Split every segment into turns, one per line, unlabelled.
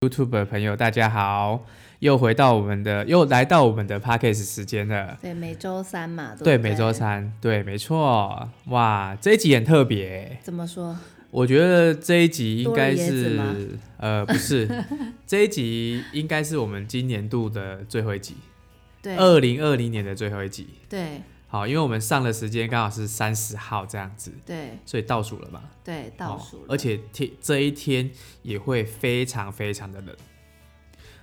YouTube 朋友，大家好，又回到我们的，又来到我们的 Podcast 时间了。
对，每周三嘛，对不
对，
对，
每周。三，对，没错。哇，这一集很特别，
怎么说？
我觉得这一集应该
多了椰子
是
吗，
呃，不是， 这一集应该是我们今年度的最后一集，
对
二零二零年的最后一集。
对
好，因为我们上的时间刚好是三十号这样子，
对
所以倒数了嘛。
对，倒
哦
数了、
而且天这一天也会非常非常的冷。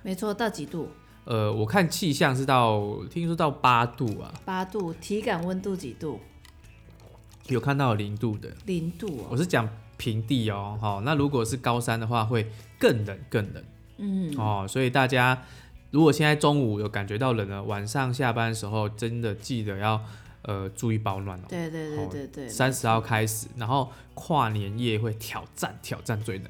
没错，到几度？
呃，我看气象是到，听说到八度啊，
八度，体感温度几度？
有看到零度的。
零度
我
哦。
是讲平地哦，好、那如果是高山的话，会更冷更冷、
嗯，
哦。所以大家如果现在中午有感觉到冷了，晚上下班的时候真的记得要呃注意保暖哦。
对对对对对。
三十号开始，然后跨年夜会挑战挑战最冷。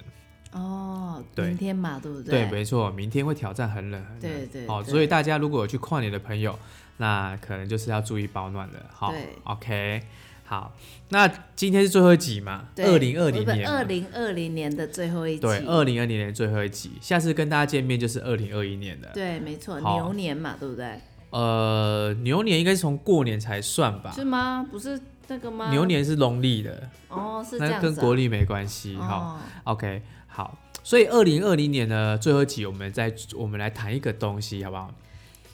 哦，
对
明天嘛，对不
对，
对
没错，明天会挑战很冷很冷。
对对
哦，
对
所以大家如果有去跨年的朋友，那可能就是要注意保暖了。好
对
，OK，好，那今天是最后一集嘛？
对，哦
二零二零年嘛，
二零二零年的最后一集。
对，二零二零年最后一集，下次跟大家见面就是二零二一年的。
对没错，
好
牛年嘛，对不对？
呃，牛年应该是从过年才算吧？
是吗？不是那个吗？
啊牛年是农历的，
哦，是这
那
样
跟
子啊、
国历没关系。哈、
哦，
o k 好。所以二零二零年呢，最后一集，我们再我们来谈一个东西，好不好？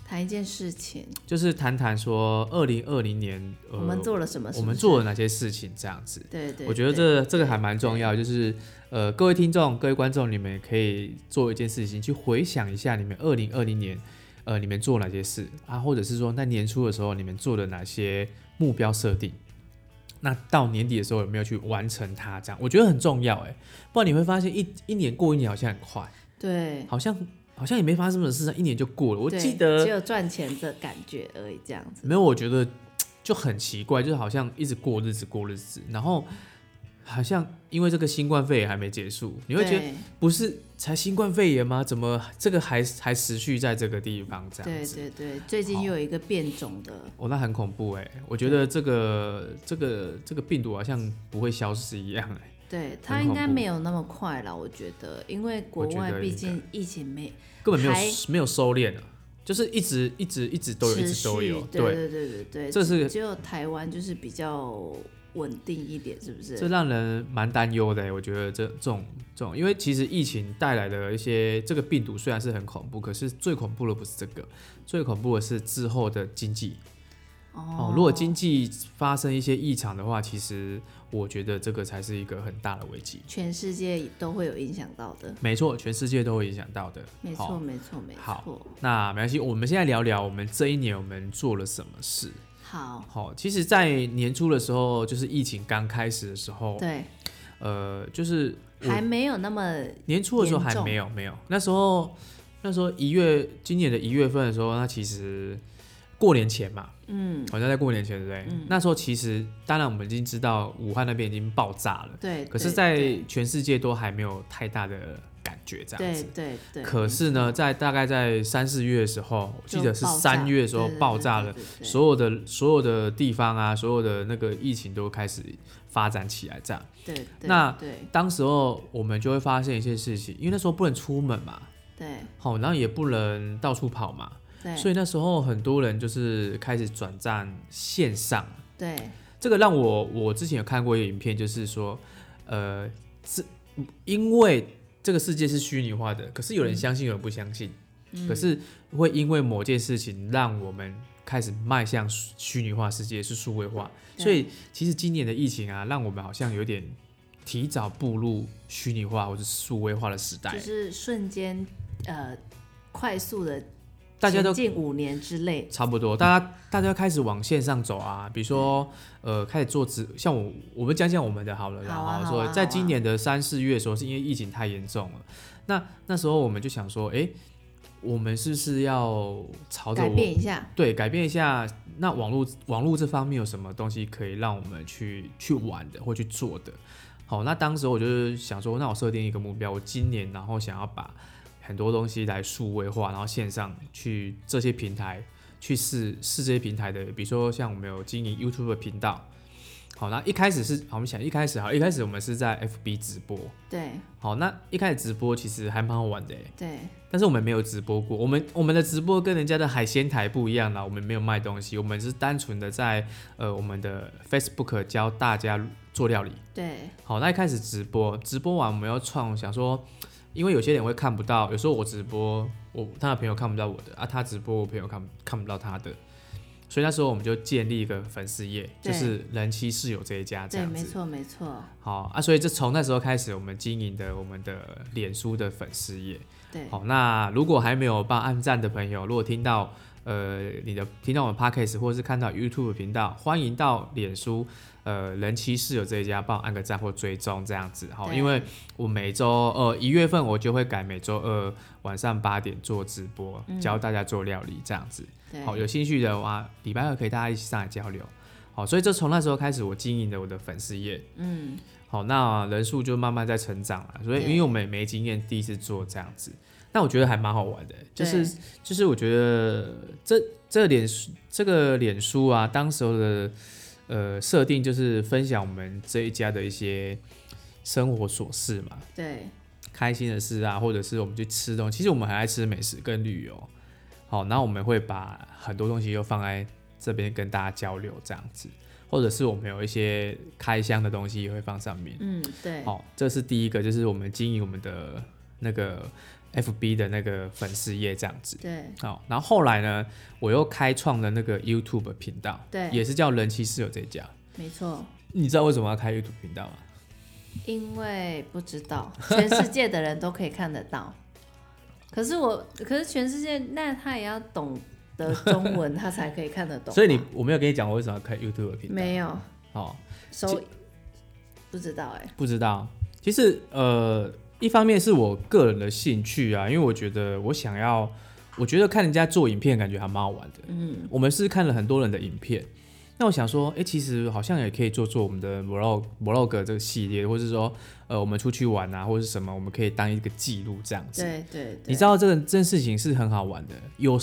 谈一件事情，
就是谈谈说二零二零年，呃，
我们做了什么？
我们
是不是
做了哪些事情，这样子。
对对，
我觉得
对
这这个还蛮重要，就是呃，各位听众、各位观众，你们也可以做一件事情，去回想一下你们二零二零年，呃，你们做哪些事啊，或者是说在年初的时候你们做了哪些目标设定，那到年底的时候有没有去完成它？这样我觉得很重要哎，不然你会发现一一年过一年好像很快，
对
好像好像也没发生什么事，一年就过了。我
对
记得
只有赚钱的感觉而已，这样子。
没有，我觉得就很奇怪，就是好像一直过日子过日子，然后好像因为这个新冠肺炎还没结束，你会觉得
对
不是才新冠肺炎吗？怎么这个还还持续在这个地方这样
对
子？
对对，最近又有一个变种的，
哦，那很恐怖哎、我觉得这个这个这个病毒好像不会消失一样哎、
对它
很恐
应该
怖
没有那么快了，我觉得，因为国
我觉
外
得
毕
应
竟疫情没
根本没有
还
没有收敛啊，就是一直一直一直都有，一
持
直
续，
都有，
对对对对对，
这是
只有台湾就是比较稳定一点，是不
这
是？
让人蛮担忧的欸，我觉得这这种这种，因为其实疫情带来的一些这个病毒虽然是很恐怖，可是最恐怖的不是这个，最恐怖的是之后的经济哦。如果经济发生一些异常的话，其实我觉得这个才是一个很大的危机。
全世界都会有影响到的，
没错，全世界都会影响到的。
没
好
错没错没错
好。，那没关系，我们现在聊聊我们这一年我们做了什么事。
好，
好、其实，在年初的时候，就是疫情刚开始的时候，
对，
呃，就是哦我
还没有那么
年初的时候还
严重
没有没有，那时候那时候一月今年的一月份的时候，那其实过年前嘛，
嗯，
好像在过年前对不对？那时候其实当然我们已经知道武汉那边已经爆炸了，
对。
可是，
对
在全世界都还没有太大的感觉这样
对
子。
对对，
可是呢，在大概在三四月的时候，我记
就
得是
爆炸
三月的时候
对对对
爆炸
对
了，
对对
所有的所有的地方啊，所有的那个疫情都开始发展起来这样。
对对对
那
对
当时候我们就会发现一些事情，因为那时候不能出门嘛，
对
好，然后也不能到处跑嘛，
对，
所以那时候很多人就是开始转战线上。
对
这个让我我之前有看过一个影片，就是说，呃，是因为这个世界是虚拟化的，可是
嗯
有人相信，有人不相信，可是会因为某件事情让我们。开始迈向虚虚拟化世界是数位化，
对
所以其实今年的疫情啊，让我们好像有点提早步入虚拟化或者数位化的时代
就。是瞬间呃快速的，
大家都
近五年之内，
差不多，大家大家开始往线上走啊，比如说呃，开始做直，像我我们讲讲我们的好了啦，
好啊
后
好啊
说在今年的三四月的时候，是因为疫情太严重了，那那时候我们就想说，哎、我们是不是要朝着
改
我
变一下，
对改变一下？那网络网络这方面有什么东西可以让我们去去玩的或去做的？好，那当时我就是想说，那我设定一个目标，我今年然后想要把很多东西来数位化，然后线上去这些平台去试试这些平台的，比如说像我们有经营 YouTube 的频道，好，那一开始是好，我们想一开始好，一开始我们是在 FB 直播，
对
好，那一开始直播其实还蛮好玩的欸
对
但是我们没有直播过，我们我们的直播跟人家的海鲜台不一样啦，我们没有卖东西，我们是单纯的在呃我们的 Facebook 教大家做料理。
对
好，那一开始直播，直播完我们要创，想说，因为有些人会看不到，有时候我直播，我他的朋友看不到我的啊，他直播我朋友看看不到他的，所以那时候我们就建立一个粉丝页，就
对
是人妻室友这一家这
对，
样
没
子。
错没错，
好啊，所以这从那时候开始，我们经营的我们的脸书的粉丝页。
对
好，那如果还没有帮按赞的朋友，如果听到呃你的听到我们 podcast 或者是看到 YouTube 频道，欢迎到脸书呃人妻室友这一家帮我按个赞或追踪这样子哈，
对
因为我每周呃一月份我就会改每周二晚上八点做直播，教大家做料理这样子。
对
好，有兴趣的话，礼拜二可以大家一起上来交流。好，所以这从那时候开始，我经营的我的粉丝页。
嗯
好，那人数就慢慢在成长了，所以
对
因为我们也没经验，第一次做这样子，那我觉得还蛮好玩的，就是
对
就是我觉得这这脸书这个脸书啊，当时候的呃设定就是分享我们这一家的一些生活琐事嘛，
对
开心的事啊，或者是我们去吃东西，其实我们很爱吃美食跟旅游，好，然后我们会把很多东西又放在这边跟大家交流这样子，或者是我们有一些开箱的东西也会放上面。
嗯对
好、哦这是第一个，就是我们经营我们的那个 FB 的那个粉丝页这样子。
对
好、然后后来呢，我又开创了那个 YouTube 频道，
对，
也是叫人妻室友这一家。
没错，
你知道为什么要开 YouTube 频道吗？
因为不知道，全世界的人都可以看得到。可是我，可是全世界，那他也要懂得中文，他才可以看得懂 吧。啊
所以你我没有跟你讲我为什么要开 YouTube 频道。哦
没有
好、
手，不知道哎、
不知道。其实呃，一方面是我个人的兴趣啊，因为我觉得我想要，我觉得看人家做影片感觉还蛮好玩的。
嗯，
我们是看了很多人的影片，那我想说，哎、其实好像也可以做做我们的 vlog vlog 这个系列，或是说呃，我们出去玩啊，或是什么，我们可以当一个记录这样子。
对对对，
你知道这个这件事情是很好玩的，有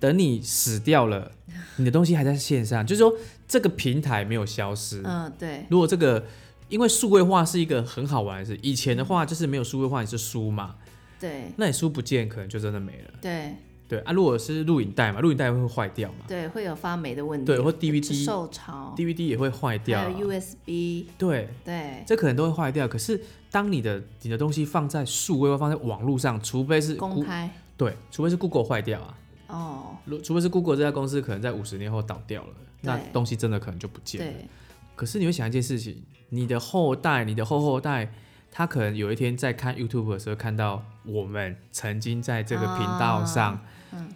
等你死掉了，你的东西还在线上，就是说这个平台没有消失，
嗯，对
如果这个，因为数位化是一个很好玩的事，以前的话就是没有数位化，你是书嘛，
对
那你书不见，可能就真的没了。
对
对啊，如果是录影带嘛，录影带会坏掉嘛
对，会有发霉的问题，
对或
就
DVD
受潮，
，DVD 也会坏掉啊、
哦还有 USB，
对，
对，
这可能都会坏掉。可是当你的你的东西放在数位化，放在网络上，除非是
公
Goo-
开
对，除非是 Google 坏掉啊，
哦，
如除非是 Google 这家公司可能在五十年后倒掉了，那
对
东西真的可能就不见了。
对
可是你会想一件事情，你的后代，你的后后代，他可能有一天在看 YouTube 的时候，看到我们曾经在这个频道上，
啊嗯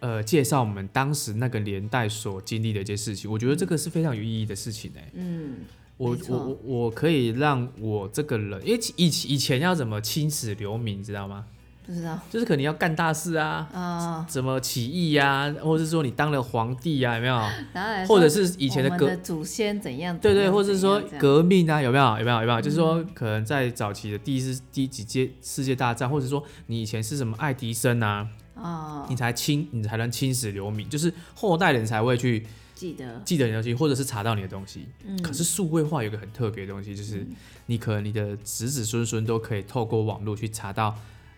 呃，介绍我们当时那个年代所经历的一件事情，我觉得这个是非常有意义的事情哎、
嗯，
我
没错
我我我可以让我这个人，因为以以前要怎么青史留名，你知道吗？
不知道
就是可能要干大事啊，
啊、
怎么起义呀、啊，或者是说你当了皇帝啊呀、有没有？
然后来
或者
说
是以前的
我
革
们的祖先怎样，
对
怎
对，
样
或者
怎
说
样怎样嗯
革命啊，有没有？有没有？有没有？就是说，可能在早期的第一次、第几届世界大战，或者说你以前是什么爱迪生啊，
哦，
你才青，你才能青史留名，就是后代人才会去
记得
记得你的东西，或者是查到你的东西。
嗯
可是数位化有一个很特别的东西，就是你可能你的子子孙孙都可以透过网络去查到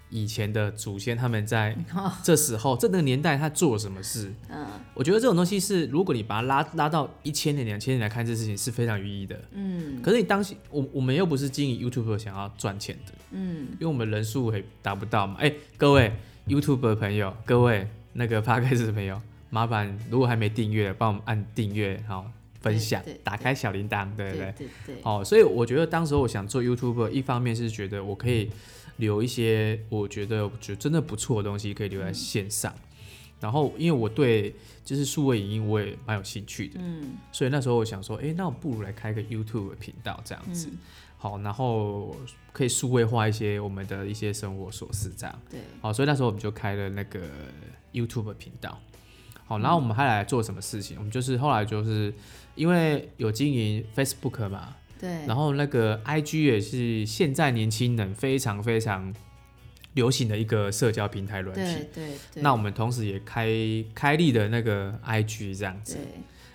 以前的祖先他们 在这时候、这个年代他做了什么事。
哦嗯
我觉得这种东西是，如果你把它拉拉到一千年、两千年来看，这事情是非常有意义的。
嗯
可是你当时，我我们又不是经营 YouTube 想要赚钱的，
嗯，
因为我们人数也达不到嘛。哎、各位 YouTube 的朋友，各位那个 Podcast 的朋友，麻烦如果还没订阅，帮我们按订阅，好分享
对对，
打开小铃铛，对不
对
对？
对对，
哦，所以我觉得当时我想做 YouTube，一方面是觉得我可以留一些我觉得我觉得真的不错的东西，可以留在线上。然后，因为我对就是数位影音我也蛮有兴趣的，
嗯
所以那时候我想说，哎、那我不如来开个 YouTube 频道这样子，
嗯
好，然后可以数位化一些我们的一些生活琐事这样。
对，
好，所以那时候我们就开了那个 YouTube 频道。好，然后我们还来做什么事情？我们就是后来就是因为有经营 Facebook 嘛，
对，
然后那个 IG 也是现在年轻人非常非常流行的一个社交平台软
对
体。
对对，
那我们同时也开开立的那个 IG 这样子。
对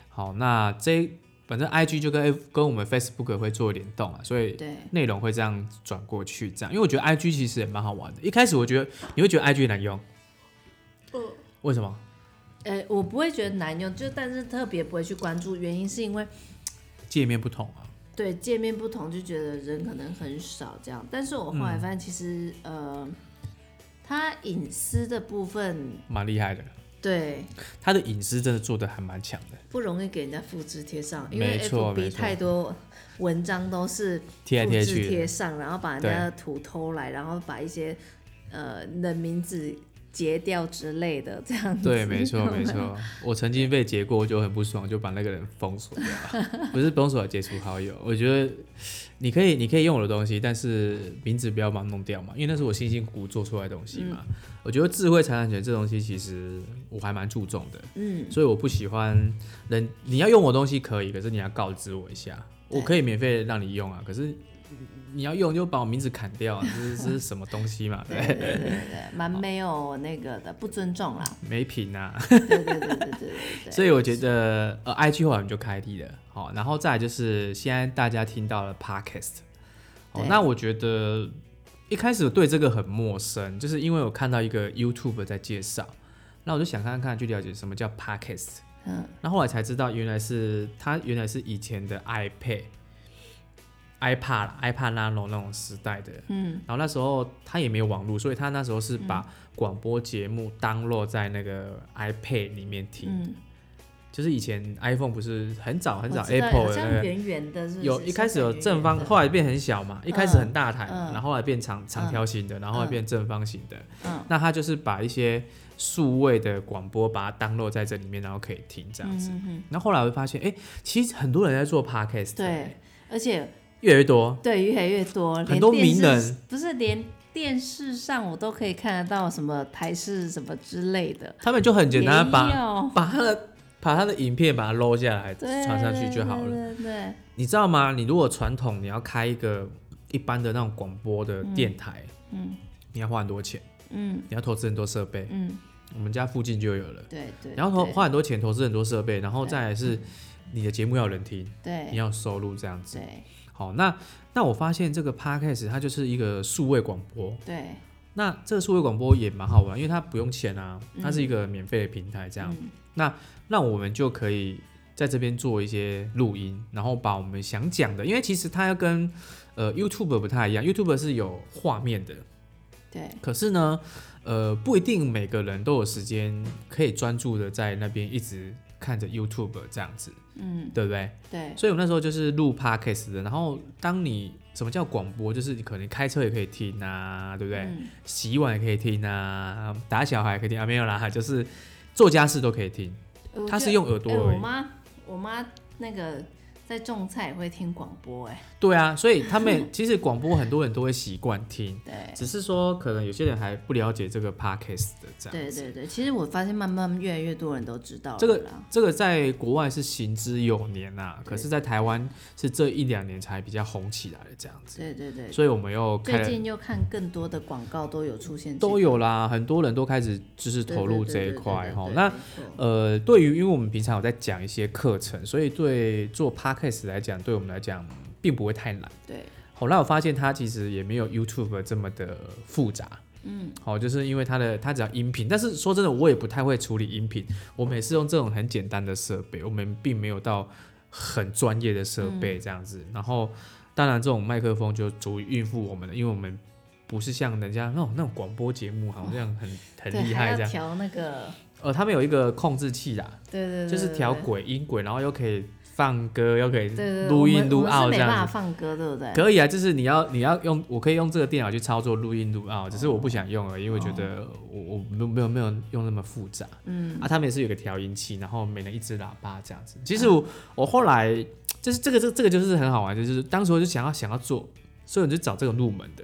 好，那这反正 IG 就跟 F 跟我们 Facebook 会做联动啊，所以
对，
内容会这样转过去，这样，因为我觉得 IG 其实也蛮好玩的。一开始我觉得你会觉得 IG 难用，
嗯
为什么？
呃，我不会觉得难用，就但是特别不会去关注，原因是因为
界面不同啊，
对界面不同，就觉得人可能很少这样。但是我后来
嗯
发现，其实、呃，他隐私的部分，
蛮厉害的。
对，
他的隐私真的做的还蛮强的
不容易给人家复制贴上，因
没
为
错没
FB
错
太多文章都是
贴来
复
贴
制
去
贴
的。
上，然后把人家的图偷来，然后把一些呃人名字截掉之类的，这样子。
对，没错没。 错，我曾经被截过，我就很不爽，就把那个人封锁掉了， 不是封锁，解除好友。我觉得你可以，你可以用我的东西，但是名字不要把它弄掉嘛，因为那是我辛辛苦苦做出来的东西
嗯
嘛。我觉得智慧财产权这东西，其实我还蛮注重的。
嗯，
所以我不喜欢人，你要用我东西可以，可是你要告知我一下，
对
我可以免费让你用啊，可是你要用就把我名字砍掉、啊，这是这是什么东西嘛？
对
对，
对对对对，蛮没有那个的，不尊重啦。
没品啊。
对对对对对对对。
所以我觉得呃，IG 后来我们就开立了，好、然后再来就是现在大家听到了 Podcast，哦
对，
那我觉得一开始我对这个很陌生，就是因为我看到一个 YouTube 在介绍，那我就想看看去了解什么叫 Podcast。
嗯，
那后来才知道，原来是它原来是以前的 iPad、iPad 啦、iPad Nano 那种时代的。
嗯，
然后那时候它也没有网络，所以它那时候是把广播节目 download 在那个 iPad 里面听。
嗯，
就是以前 iPhone 不是很早很早
我知道好
Apple 的那
像
个。
圆圆的，是不是？
有一开始有正方，
是
后来变很小嘛，一开始很大台嘛，
嗯
然后后来变长长条形的，然后后来变正方形的。
嗯
那它就是把一些数位的广播把它 download 在这里面，然后可以听这样子。
嗯嗯嗯，
然后后来我就发现，哎、其实很多人在做 podcast，
对，而且
越来越多。
对越来越多，连
很多
电视
名人
不是连电视上我都可以看得到什么台式什么之类的，
他们就很简单啊
也
把，
有
把他的把他的影片把它搂下来，
对
传上去就好了。
对对对，
你知道吗？你如果传统你要开一个一般的那种广播的电台，
嗯
你要花很多钱，
嗯
你要投资很多设备。
嗯，
我们家附近就有了，
对对。
然后
对
投花很多钱投资很多设备，然后再来是你的节目要有人听，你
对
要有收入这样子。
对
好，那那我发现这个 podcast 它就是一个数位广播，
对，
那这个数位广播也蛮好玩，因为它不用钱啊，它是一个免费的平台，这样，那那我们就可以在这边做一些录音，然后把我们想讲的，因为其实它要跟呃 YouTube 不太一样，YouTube 是有画面的，
对
可是呢，呃，不一定每个人都有时间可以专注的在那边一直看着 YouTube 这样子，
嗯
对不对？
对
所以我那时候就是录 podcast 的，然后当你什么叫广播，就是你可能开车也可以听啊，对不对？
嗯
洗碗也可以听啊，打小孩也可以听啊，没有啦，就是做家事都可以听。
我
它
觉
是
得
用耳朵
哎
而
我
已。
妈我妈那个在种菜也会听广播哎，
对啊，所以他 们其实广播很多人都会习惯听，
对。
只是说可能有些人还不了解这个 podcast 的这样。
对对对，其实我发现慢慢越来越多人都知道了
这个
啦，
这个在国外是行之有年呐、可是，在台湾是这一两年才比较红起来的这样子，
对对对，
所以我们又开
最
了
近又看更多的广告都有出现这个，
都有啦，很多人都开始就是
对
投入这一块哈。那
对
呃，对于因为我们平常有在讲一些课程，所以对做 podcast 来讲，对我们来讲并不会太难。
对
好，那我发现它其实也没有 YouTube 这么的复杂。嗯，好，就是因为它的它只要音频，但是说真的，我也不太会处理音频。我们也是用这种很简单的设备，我们并没有到很专业的设备
嗯
这样子。然后，当然这种麦克风就足以应付我们的，因为我们不是像人家那种那种广播节目，好像很、很
对哦对，
厉
还
害
要
这样。
调那个，
呃，他们有一个控制器啦，
对对对，
就是
对
调
对
轨音轨，然后又可以放歌，又可以
对对对
录
我
音
们
录
我们是
out 这
没
样子
办法。放歌，对不对？
可以啊，就是你要你要用，我可以用这个电脑去操作录音录啊，只是
哦
我不想用而已，因为我觉得我我没有没有没有用那么复杂。嗯，啊，他们也是有个调音器，然后每人一只喇叭这样子。其
哦
实我、我后来就是这个这这个就是很好玩，就是当时我就想要想要做，所以我就找这个入门的。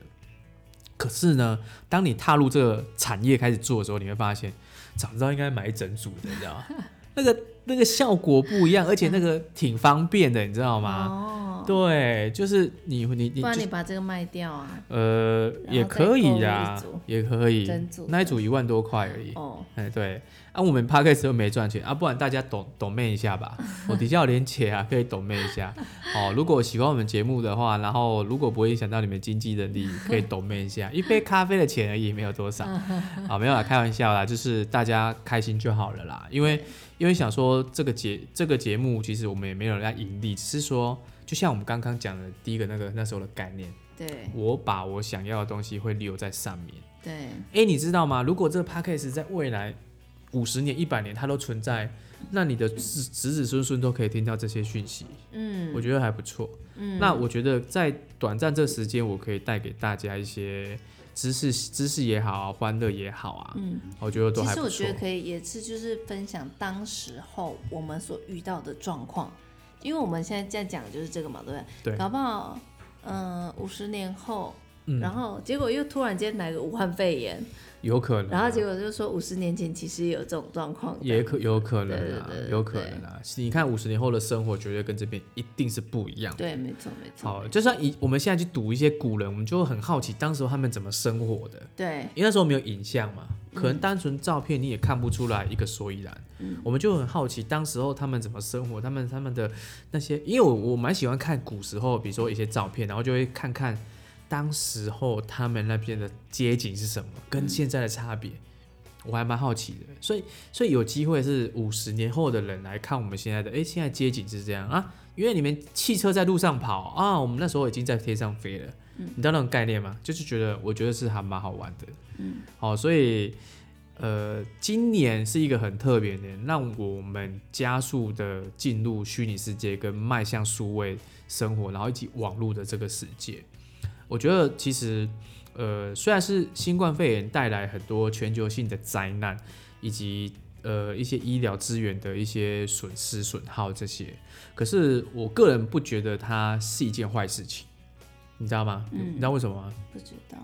可是呢，当你踏入这个产业开始做的时候，你会发现，早知道应该买一整组的，你知道吗？那个那个效果不一样，而且那个挺方便的，你知道吗？
哦，
对，就是你你啊你
不然
就
你把这个卖掉啊？
呃
然后
也
再
可以
购
呀、
一组
也可以
整组，
那一
的
组一万多块而已。
哦，
哎，对，啊，我们 podcast 又没赚钱啊，不然大家懂懂妹一下吧，我底下有连结啊，可以懂妹一下。哦，如果喜欢我们节目的话，然后如果不会影响到你们经济能力，可以懂妹一下，一杯咖啡的钱而已，没有多少。啊、没有啦，开玩笑啦，就是大家开心就好了啦，因为因为想说这个节这个节目，其实我们也没有在盈利，只是说，就像我们刚刚讲的第一个那个那时候的概念，
对
我把我想要的东西会留在上面。
对，
哎、你知道吗？如果这个 podcast 在未来五十年、一百年它都存在，那你的子子子孙孙都可以听到这些讯息，我
嗯
觉得还不错。
嗯，
那我觉得在短暂这时间，我可以带给大家一些知识、知识也好啊、欢乐也好啊，
嗯，
我觉得都
其
还
实
不
我
错
觉。得可以，也是就是分享当时候我们所遇到的状况，因为我们现在在讲的就是这个嘛，对不对？
对
搞不好，嗯、五十年后，
嗯
然后结果又突然间来个武汉肺炎，
有可能啊、
然后结果就说五十年前其实也有这种状况的，
也可有可能
对对
啊
对，对
有可能啊。你看五十年后的生活，绝对跟这边一定是不一样的。
对，没错没错，
好，就算以我们现在去读一些古人，我们就会很好奇，当时候他们怎么生活的。
对
因为那时候没有影像嘛，可能单纯照片你也看不出来一个所以然。我们就很好奇，当时候他们怎么生活，他们他们的那些，因为我我蛮喜欢看古时候，比如说一些照片，然后就会看看当时候他们那边的街景是什么，跟现在的差别。我还蛮好奇的，所以所以有机会是五十年后的人来看我们现在的，诶，现在街景是这样啊，因为你们汽车在路上跑啊，我们那时候已经在天上飞了，你知道那种概念吗？就是觉得我觉得是还蛮好玩的，嗯，好、所以呃，今年是一个很特别的年，让我们加速的进入虚拟世界跟迈向数位生活，然后以及网络的这个世界。我觉得其实呃，虽然是新冠肺炎带来很多全球性的灾难，以及呃一些医疗资源的一些损失损耗这些，可是我个人不觉得它是一件坏事情，你知道吗？
嗯
你知道为什么吗？
不知道，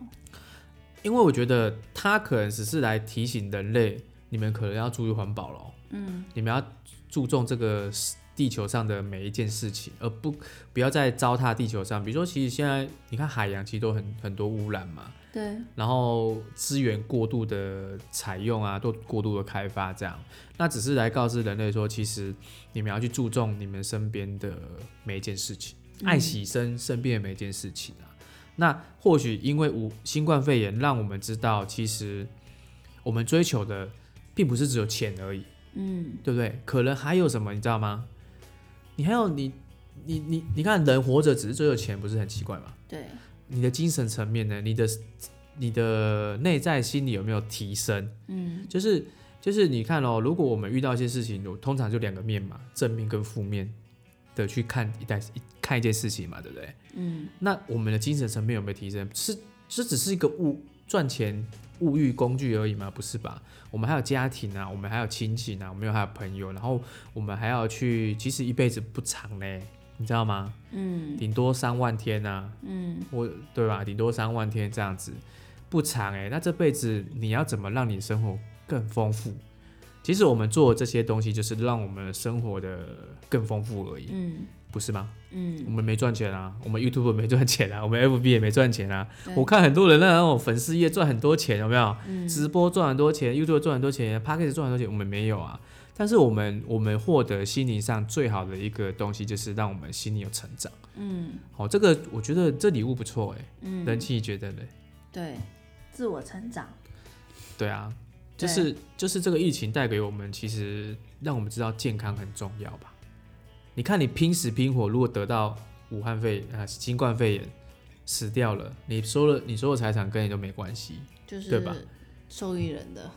因为我觉得它可能只是来提醒人类，你们可能要注意环保咯，嗯，你们要注重这个地球上的每一件事情，而不不要再糟蹋地球上。比如说，其实现在你看海洋其实都很很多污染嘛，
对
然后资源过度的采用啊，都过度的开发这样，那只是来告知人类说，其实你们要去注重你们身边的每一件事情，爱惜身身边的每一件事情啊。那或许因为无新冠肺炎，让我们知道，其实我们追求的并不是只有钱而已，
嗯
对不对？可能还有什么，你知道吗？你还有你你你你看，人活着只是追求钱，不是很奇怪吗？
对
你的精神层面呢？你的你的内在心理有没有提升？
嗯
就是就是你看哦，如果我们遇到一些事情，我通常就两个面嘛，正面跟负面的去看一代一看一件事情嘛，对不对？
嗯
那我们的精神层面有没有提升？是这只是一个物赚钱物欲工具而已吗？不是吧？我们还有家庭啊，我们还有亲戚啊，我们又还有朋友，然后我们还要去，其实一辈子不长嘞，你知道吗？
嗯
顶多三万天啊，
嗯
我对吧？顶多三万天这样子，不长哎、那这辈子你要怎么让你生活更丰富？其实我们做这些东西，就是让我们生活的更丰富而已，
嗯
不是吗？
嗯，
我们没赚钱啊，我们 YouTube 没赚钱啊，我们 FB 也没赚钱啊。
对
我看很多人那种粉丝业赚很多钱，有没有？
嗯
直播赚很多钱，YouTube 赚很多钱 p a c k a g e 赚很多钱，我们没有啊。但是我们我们获得心灵上最好的一个东西，就是让我们心里有成长。
嗯
好、这个我觉得这礼物不错哎、
嗯
人气觉得嘞，
对自我成长，
对啊，就
对
是就是这个疫情带给我们，其实让我们知道健康很重要吧。你看你拼死拼活，如果得到武汉肺啊、新冠肺炎死掉了，你收了你所有财产跟你都没关系，
就是
对吧
受益人的，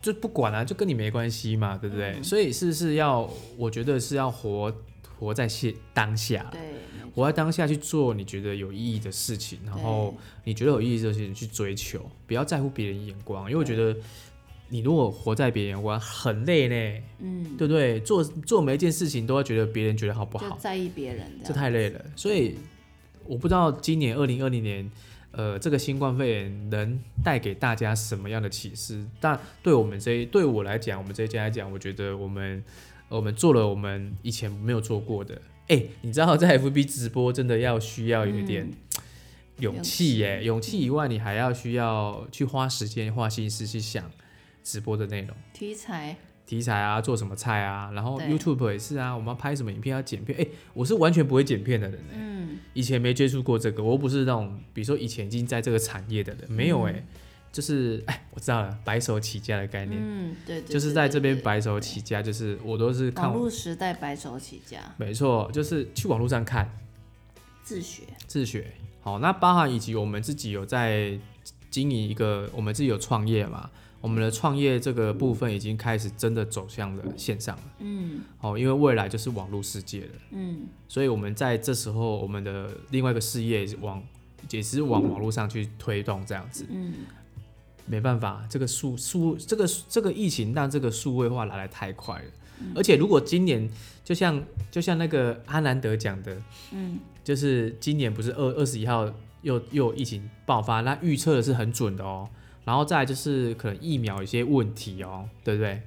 就不管啊，就跟你没关系嘛，对不对？
嗯
所以是是要，我觉得是要活活在现当下啦，
对，没错
活在当下去做你觉得有意义的事情，啊然后你觉得有意义的事情去追求，不要在乎别人眼光，因为我觉得你如果活在别人眼光很累呢，
嗯，
对不对？做做每一件事情都要觉得别人觉得好不
就
好，
在意别人
这
的，
太累了。所以我不知道今年二零二零年，呃，这个新冠肺炎能带给大家什么样的启示？但对我们这一对我来讲，我们这一家来讲，我觉得我们呃我们做了我们以前没有做过的。哎、你知道在 FB 直播真的要需要有一
嗯
点勇
勇
气
气
耶，勇气以外，你还要需要去花时间、花心思去想直播的内容。
题材
题材啊，做什么菜啊，然后
对
YouTube 也是啊，我们要拍什么影片要剪片，哎、我是完全不会剪片的人、欸，嗯，以前没接触过这个，我又不是那种，比如说以前已经在这个产业的人，没有
嗯
哎、就是哎，我知道了，白手起家的概念，
嗯，对对，
就是
对
在这边
对
白手起家，就是我都是看
网
我，
络时代白手起家
没错，就是去网络上看，
自学，
自学。好，那包含以及我们自己有在经营一个，我们自己有创业嘛，我们的创业这个部分已经开始真的走向了线上了。嗯，好，因为未来就是网络世界了，
嗯，
所以我们在这时候，我们的另外一个事业往也是往网络上去推动这样子。嗯。没办法，这个数数这个这个疫情让这个数位化来的太快了，而且如果今年就像就像那个阿南德讲的，嗯就是今年不是二二十一号又又有疫情爆发，那预测的是很准的哦。然后再来就是可能疫苗有些问题哦，对不对？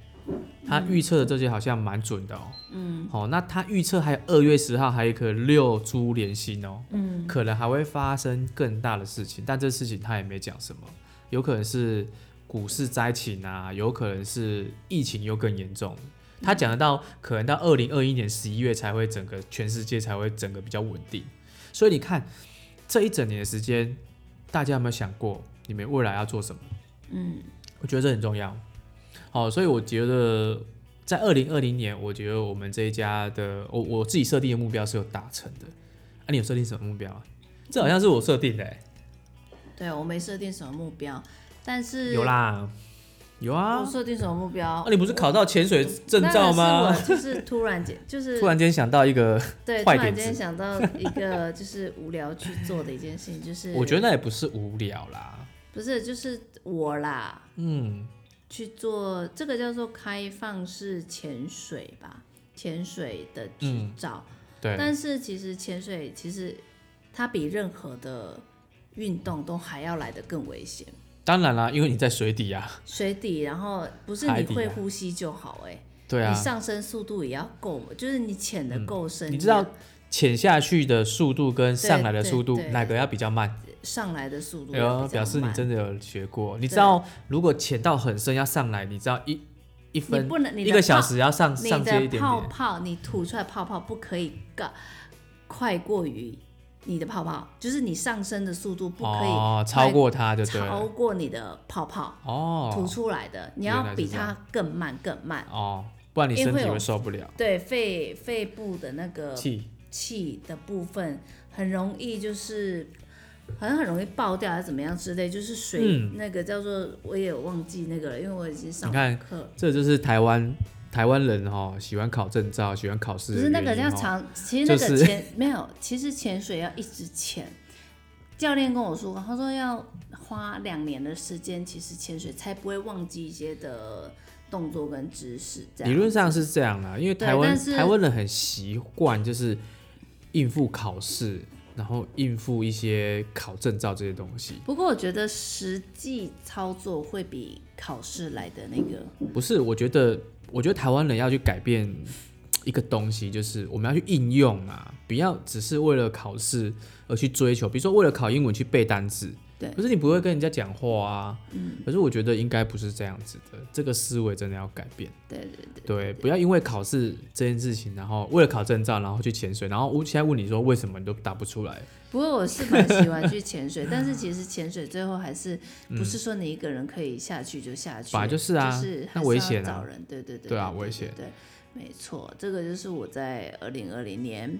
他预测的这些好像蛮准的哦。嗯。好、那他预测还有二月十号还有一个六株连心哦。嗯。可能还会发生更大的事情，但这事情他也没讲什么，有可能是股市灾情啊，有可能是疫情又更严重。他讲得到，可能到二零二一年十一月才会整个全世界才会整个比较稳定。所以你看，这一整年的时间，大家有没有想过你们未来要做什么？
嗯，
我觉得这很重要。好，所以我觉得在二零二零年，我觉得我们这一家的，我我自己设定的目标是有达成的。啊，你有设定什么目标啊？这好像是我设定的、欸，
对我没设定什么目标，但是
有，啦，有啊
我。设定什么目标
啊，？你不是考到潜水证照
当然
吗？
是我就是突 然间，就是
突然间想到一个，
对，突
坏
然
点
间
子
想到一个就是无聊去做的一件事情，就是
我觉得那也不是无聊啦。
不是就是我啦，
嗯，
去做这个叫做开放式潜水吧，潜水的执照。
嗯对，
但是其实潜水其实它比任何的运动都还要来得更危险，
当然啦，因为你在水底啊。
水底然后不是
海
你
底
会
啊
呼吸就好、欸，
对啊嗯
你，上升速度也要够，就是你潜的够深、
你知道潜下去的速度跟上来的速度
对对对
哪个要比较慢？
上来的速度
哎
要
呦，
比较
表示你
慢
真的有学过。你知道，如果潜到很深要上来，你知道一一
你
分
不能你的
一个小
泡
时要上
你
上接一
的
点
泡
点，
泡，你吐出来泡泡不可以高，快过于你的泡泡，就是你上升的速度不可以
哦，
快
超过它就对
超
了。
过你的泡泡吐
哦
出来的，你
原来
要
是
比
这样
它更慢更慢。
哦，不然你身
因
体
为会有
会受不了
对肺肺部的那个
气。
气的部分，很容易就是好像很容易爆掉还是怎么样之类，就是水、
嗯
那个叫做我也忘记那个了，因为我已经上
你看
课，
这就是台湾台湾人哦，喜欢考证照，喜欢考试
不
的
是那个
原因
叫
哦
长，其实那
就
个
是
潜、没有，其实潜水要一直潜。教练跟我说过，他说要花两年的时间，其实潜水才不会忘记一些的动作跟知识。这
理
样
论上是这样啦，因为
对
台湾
但是
台湾人很习惯就是应付考试，然后应付一些考证照这些东西。
不过我觉得实际操作会比考试来的那个，
不是，我觉得，我觉得台湾人要去改变一个东西，就是我们要去应用啊，不要只是为了考试而去追求，比如说为了考英文去背单词。
对嗯
可是你不会跟人家讲话啊。可是我觉得应该不是这样子的，这个思维真的要改变。
对对对，
对，不要因为考试这件事情，然后为了考证照，然后去潜水，然后我现在问你说为什么你都答不出来？
不过我是蛮喜欢去 潜水，但是其实潜水最后还是不是说你一个人可以下去就下去，
嗯本来就是啊
就是还
那
是
危
要
险啊
找人，对对对，
对啊
对
危险
对，没错，这个就是我在二零二零年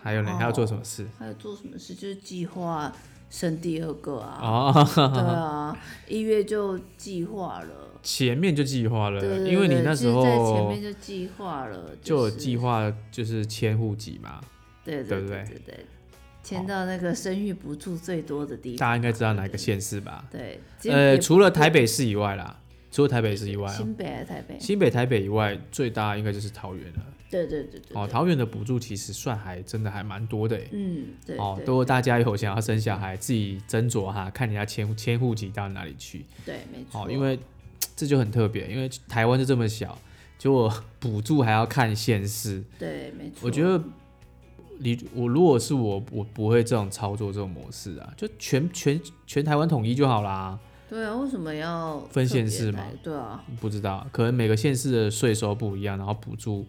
还有呢，
哦
还要做什么事？
还有做什么事，就是计划生第二个啊，
哦，
对啊，一月就计划了，
前面就计划了，
对对对，
因为你
对
那
其
时
实
候
在前面就计划了，
就有
是
计，划就是迁户籍嘛，
对
对
对
不
对对，签到那个生育补助最多的地
大
方，
家应该知道哪个县市吧？
对，其实
呃，
也
除了台北市以外啦，除了台北市以外、哦，
新北还是台北？
新北、台北以外，最大应该就是桃园了。
对对对对对。
哦，桃园的补助其实算还真的还蛮多的耶。
嗯，对
哦，
对
如果大家有想要生小孩，自己斟酌哈，看你要迁迁户籍到哪里去。
对，没错。
哦，因为这就很特别，因为台湾就这么小，结果补助还要看县市。
对，没错。
我觉得你我如果是我，我不会这种操作这种模式啊，就全全全台湾统一就好啦。
对啊，为什么要
分县
特别
市嘛
来？对啊，
不知道，可能每个县市的税收不一样，然后补助，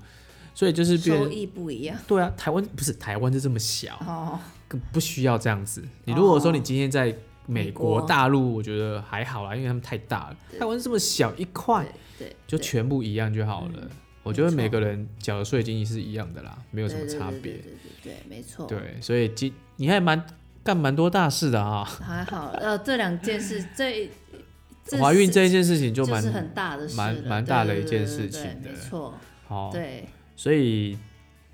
所以就是
收
变
益不一样。
对啊，台湾不是台湾就这么小，
哦，
更不需要这样子。你如果说你今天在美
美
国
国
大陆，我觉得还好啦，因为他们太大了，台湾这么小一块，
对，对嗯
就全部一样就好了。我觉得每个人缴的税金是一样的啦，没有什么
对对
差
对
别
对。对对对，没错。
对，所以今你还蛮干蛮多大事的啊。
还好，呃，这两件事，这这
怀孕
是
这一件事情就
就
蛮
是很大的事了，
蛮
对
蛮大的
对
一件
对
事
对
情的哦
没错，
好，
对
所以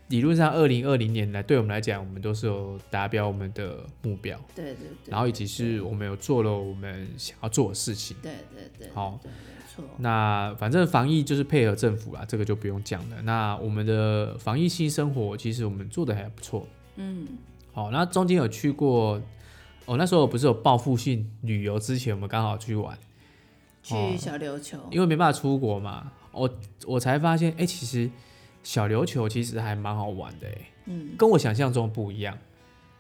理论上二零二零年来对我们来讲，我们都是有达标我们的目标，
对对对，
然后以及是我们有做了我们想要做的事情。
对对对，对
好，嗯
对没错，
那反正防疫就是配合政府啦，这个就不用讲了。那我们的防疫新生活，其实我们做的还不错。
嗯，
好，那中间有去过，哦，那时候不是有报复性旅游之前，我们刚好去玩，哦
去小琉球，
因为没办法出国嘛，我我才发现，哎、其实小琉球其实还蛮好玩的、哎，
嗯，
跟我想象中不一样。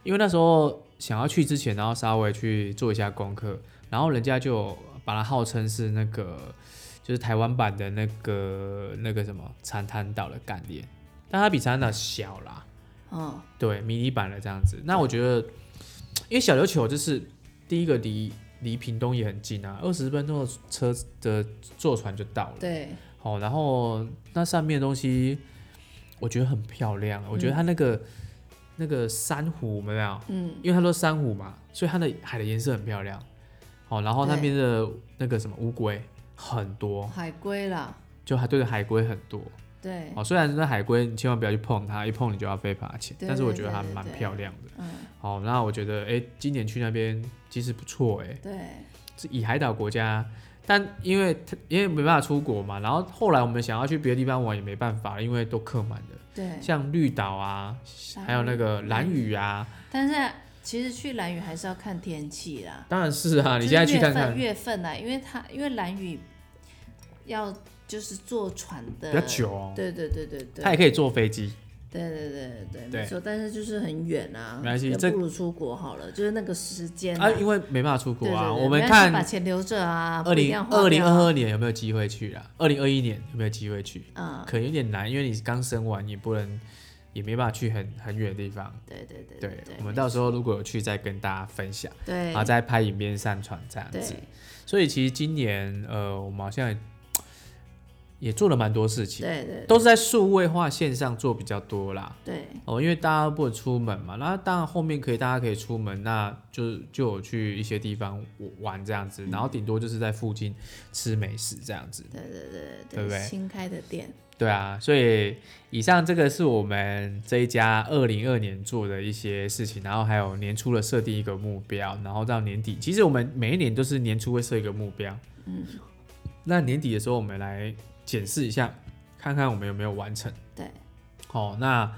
因为那时候想要去之前，然后稍微去做一下功课，然后人家就把它号称是那个就是台湾版的那个那个什么长滩岛的概念，但它比长滩岛小啦，
哦，
对，迷你版的这样子。那我觉得，因为小琉球就是第一个离离屏东也很近啊，二十分钟的车的坐船就到了。
对，
好，然后那上面的东西我觉得很漂亮，啊我觉得它那个、那个珊瑚有没有？
嗯，
因为它都珊瑚嘛，所以它的海的颜色很漂亮。好，然后那
对
边的那个什么乌龟很多，
海龟啦，
就还对的海龟很多。
对，
哦，虽然那海龟你千万不要去碰它，一碰你就要被罚钱，
对
但是我
对
觉得
对
还
对
蛮
对
漂亮的。
嗯，
好，那我觉得哎、诶今年去那边其实不错哎、
对，
是以海岛国家，但因为它因为没办法出国嘛，然后后来我们想要去别的地方玩也没办法，因为都客满的，
对，
像绿岛啊，还有那个
蓝
蓝
屿
屿啊，
但是其实去兰屿还是要看天气啦，
当然是啊，你
就是
现在去
月
看
份
看，
月份啦，因为它因为兰屿要就是坐船的
比较久哦，
对对对对对，
它也可以坐飞机，
对对对对，
对
没错，但是就是很远啊，
没关系
也
这
不如出国好了，就是那个时间
啊，因为没办法出
对
国
对
啊，
对
我们
没关系把
看
钱留着啊，
二
不一定
零
要花
二零
掉
二
啊
二年有没有机会去啦，二零二一年有没有机会去，
啊，
可能有点难，因为你刚生完，你不能也没办法去很很远的地方。
对对对
对，
对，
我们到时候如果有去再跟大家分享，
对
然后再拍影片上传这样子
对。
所以其实今年呃，我们好像也也做了蛮多事情，
对对
都是在数位化线上做比较多啦。
对
哦，因为大家不能出门嘛，那当然后面可以大家可以出门，那就就有去一些地方玩这样子，
嗯
然后顶多就是在附近吃美食这样子。
对对对
对不对
新开的店，
对啊，所以以上这个是我们这一家二零二年做的一些事情，然后还有年初的设定一个目标，然后到年底，其实我们每一年都是年初会设一个目标，嗯，那年底的时候我们来检视一下，看看我们有没有完成。
对，
好、那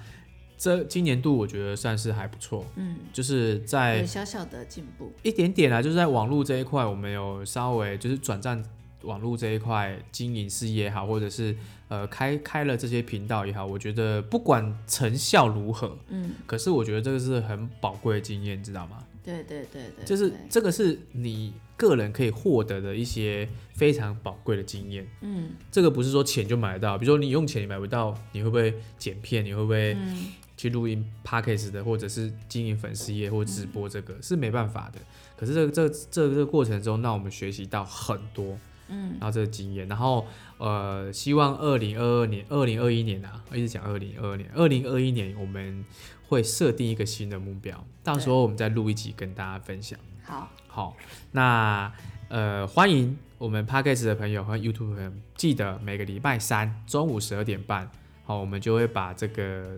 这今年度我觉得算是还不错，
嗯，
就是在
有小小的进步，
一点点啊，就是在网络这一块，我们有稍微就是转战网络这一块经营事业也好，或者是呃开开了这些频道也好，我觉得不管成效如何，
嗯，
可是我觉得这个是很宝贵的经验，知道吗？
对对对对，
就是
对
这个是你个人可以获得的一些非常宝贵的经验。
嗯
这个不是说钱就买得到，比如说你用钱你买不到，你会不会剪片？你会不会
嗯
去录音 podcast 的，或者是经营粉丝业或直播，这个、是没办法的。可是这个这个这个这个过程中，让我们学习到很多，
嗯
然后这个经验，然后呃，希望二零二二年、二零二一年啊，我一直讲二零二二年、二零二一年，我们会设定一个新的目标，到时候我们再录一集跟大家分享。
好，
好，那呃，欢迎我们 Podcast 的朋友和 YouTube 的朋友，记得每个礼拜三中午十二点半，好，我们就会把这个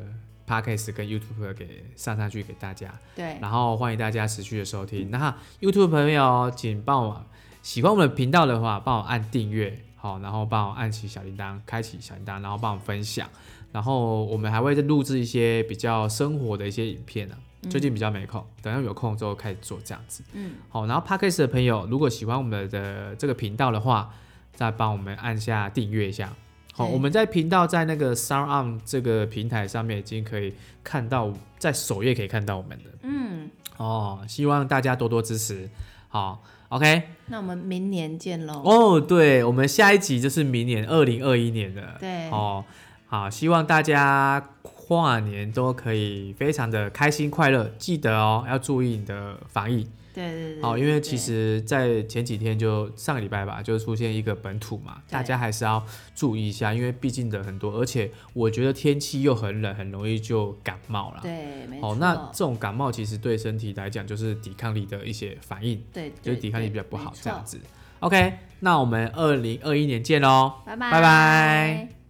Podcast 跟 YouTube 给上上去给大家，
对
然后欢迎大家持续的收听。那 YouTube 朋友，请帮我喜欢我们的频道的话，帮我按订阅，好，然后帮我按起小铃铛，开启小铃铛，然后帮我分享。然后我们还会再录制一些比较生活的一些影片呢、啊，最近比较没空，等到有空之后开始做这样子。
嗯，
好，然后 Podcast 的朋友，如果喜欢我们的这个频道的话，再帮我们按下订阅一下。好，
对
我们在频道在那个 Sound On 这个平台上面已经可以看到，在首页可以看到我们的
嗯，
哦，希望大家多多支持。好，OK，
那我们明年见喽。
哦，对，我们下一集就是明年二零二一年的，
对
哦，好，希望大家跨年都可以非常的开心快乐，记得哦，要注意你的防疫，
对对对，
好，因为其
对
实，在前几天就上个礼拜吧，就出现一个本土嘛，
对
大家还是要注意一下，因为毕竟人很多，而且我觉得天气又很冷，很容易就感冒啦。
对，没错。
哦，那这种感冒其实对身体来讲就是抵抗力的一些反应，
对，
就是
对
抵抗力
对
比较不
没
好
错
这样子。OK，那我们二零二一年见喽，
拜拜
拜拜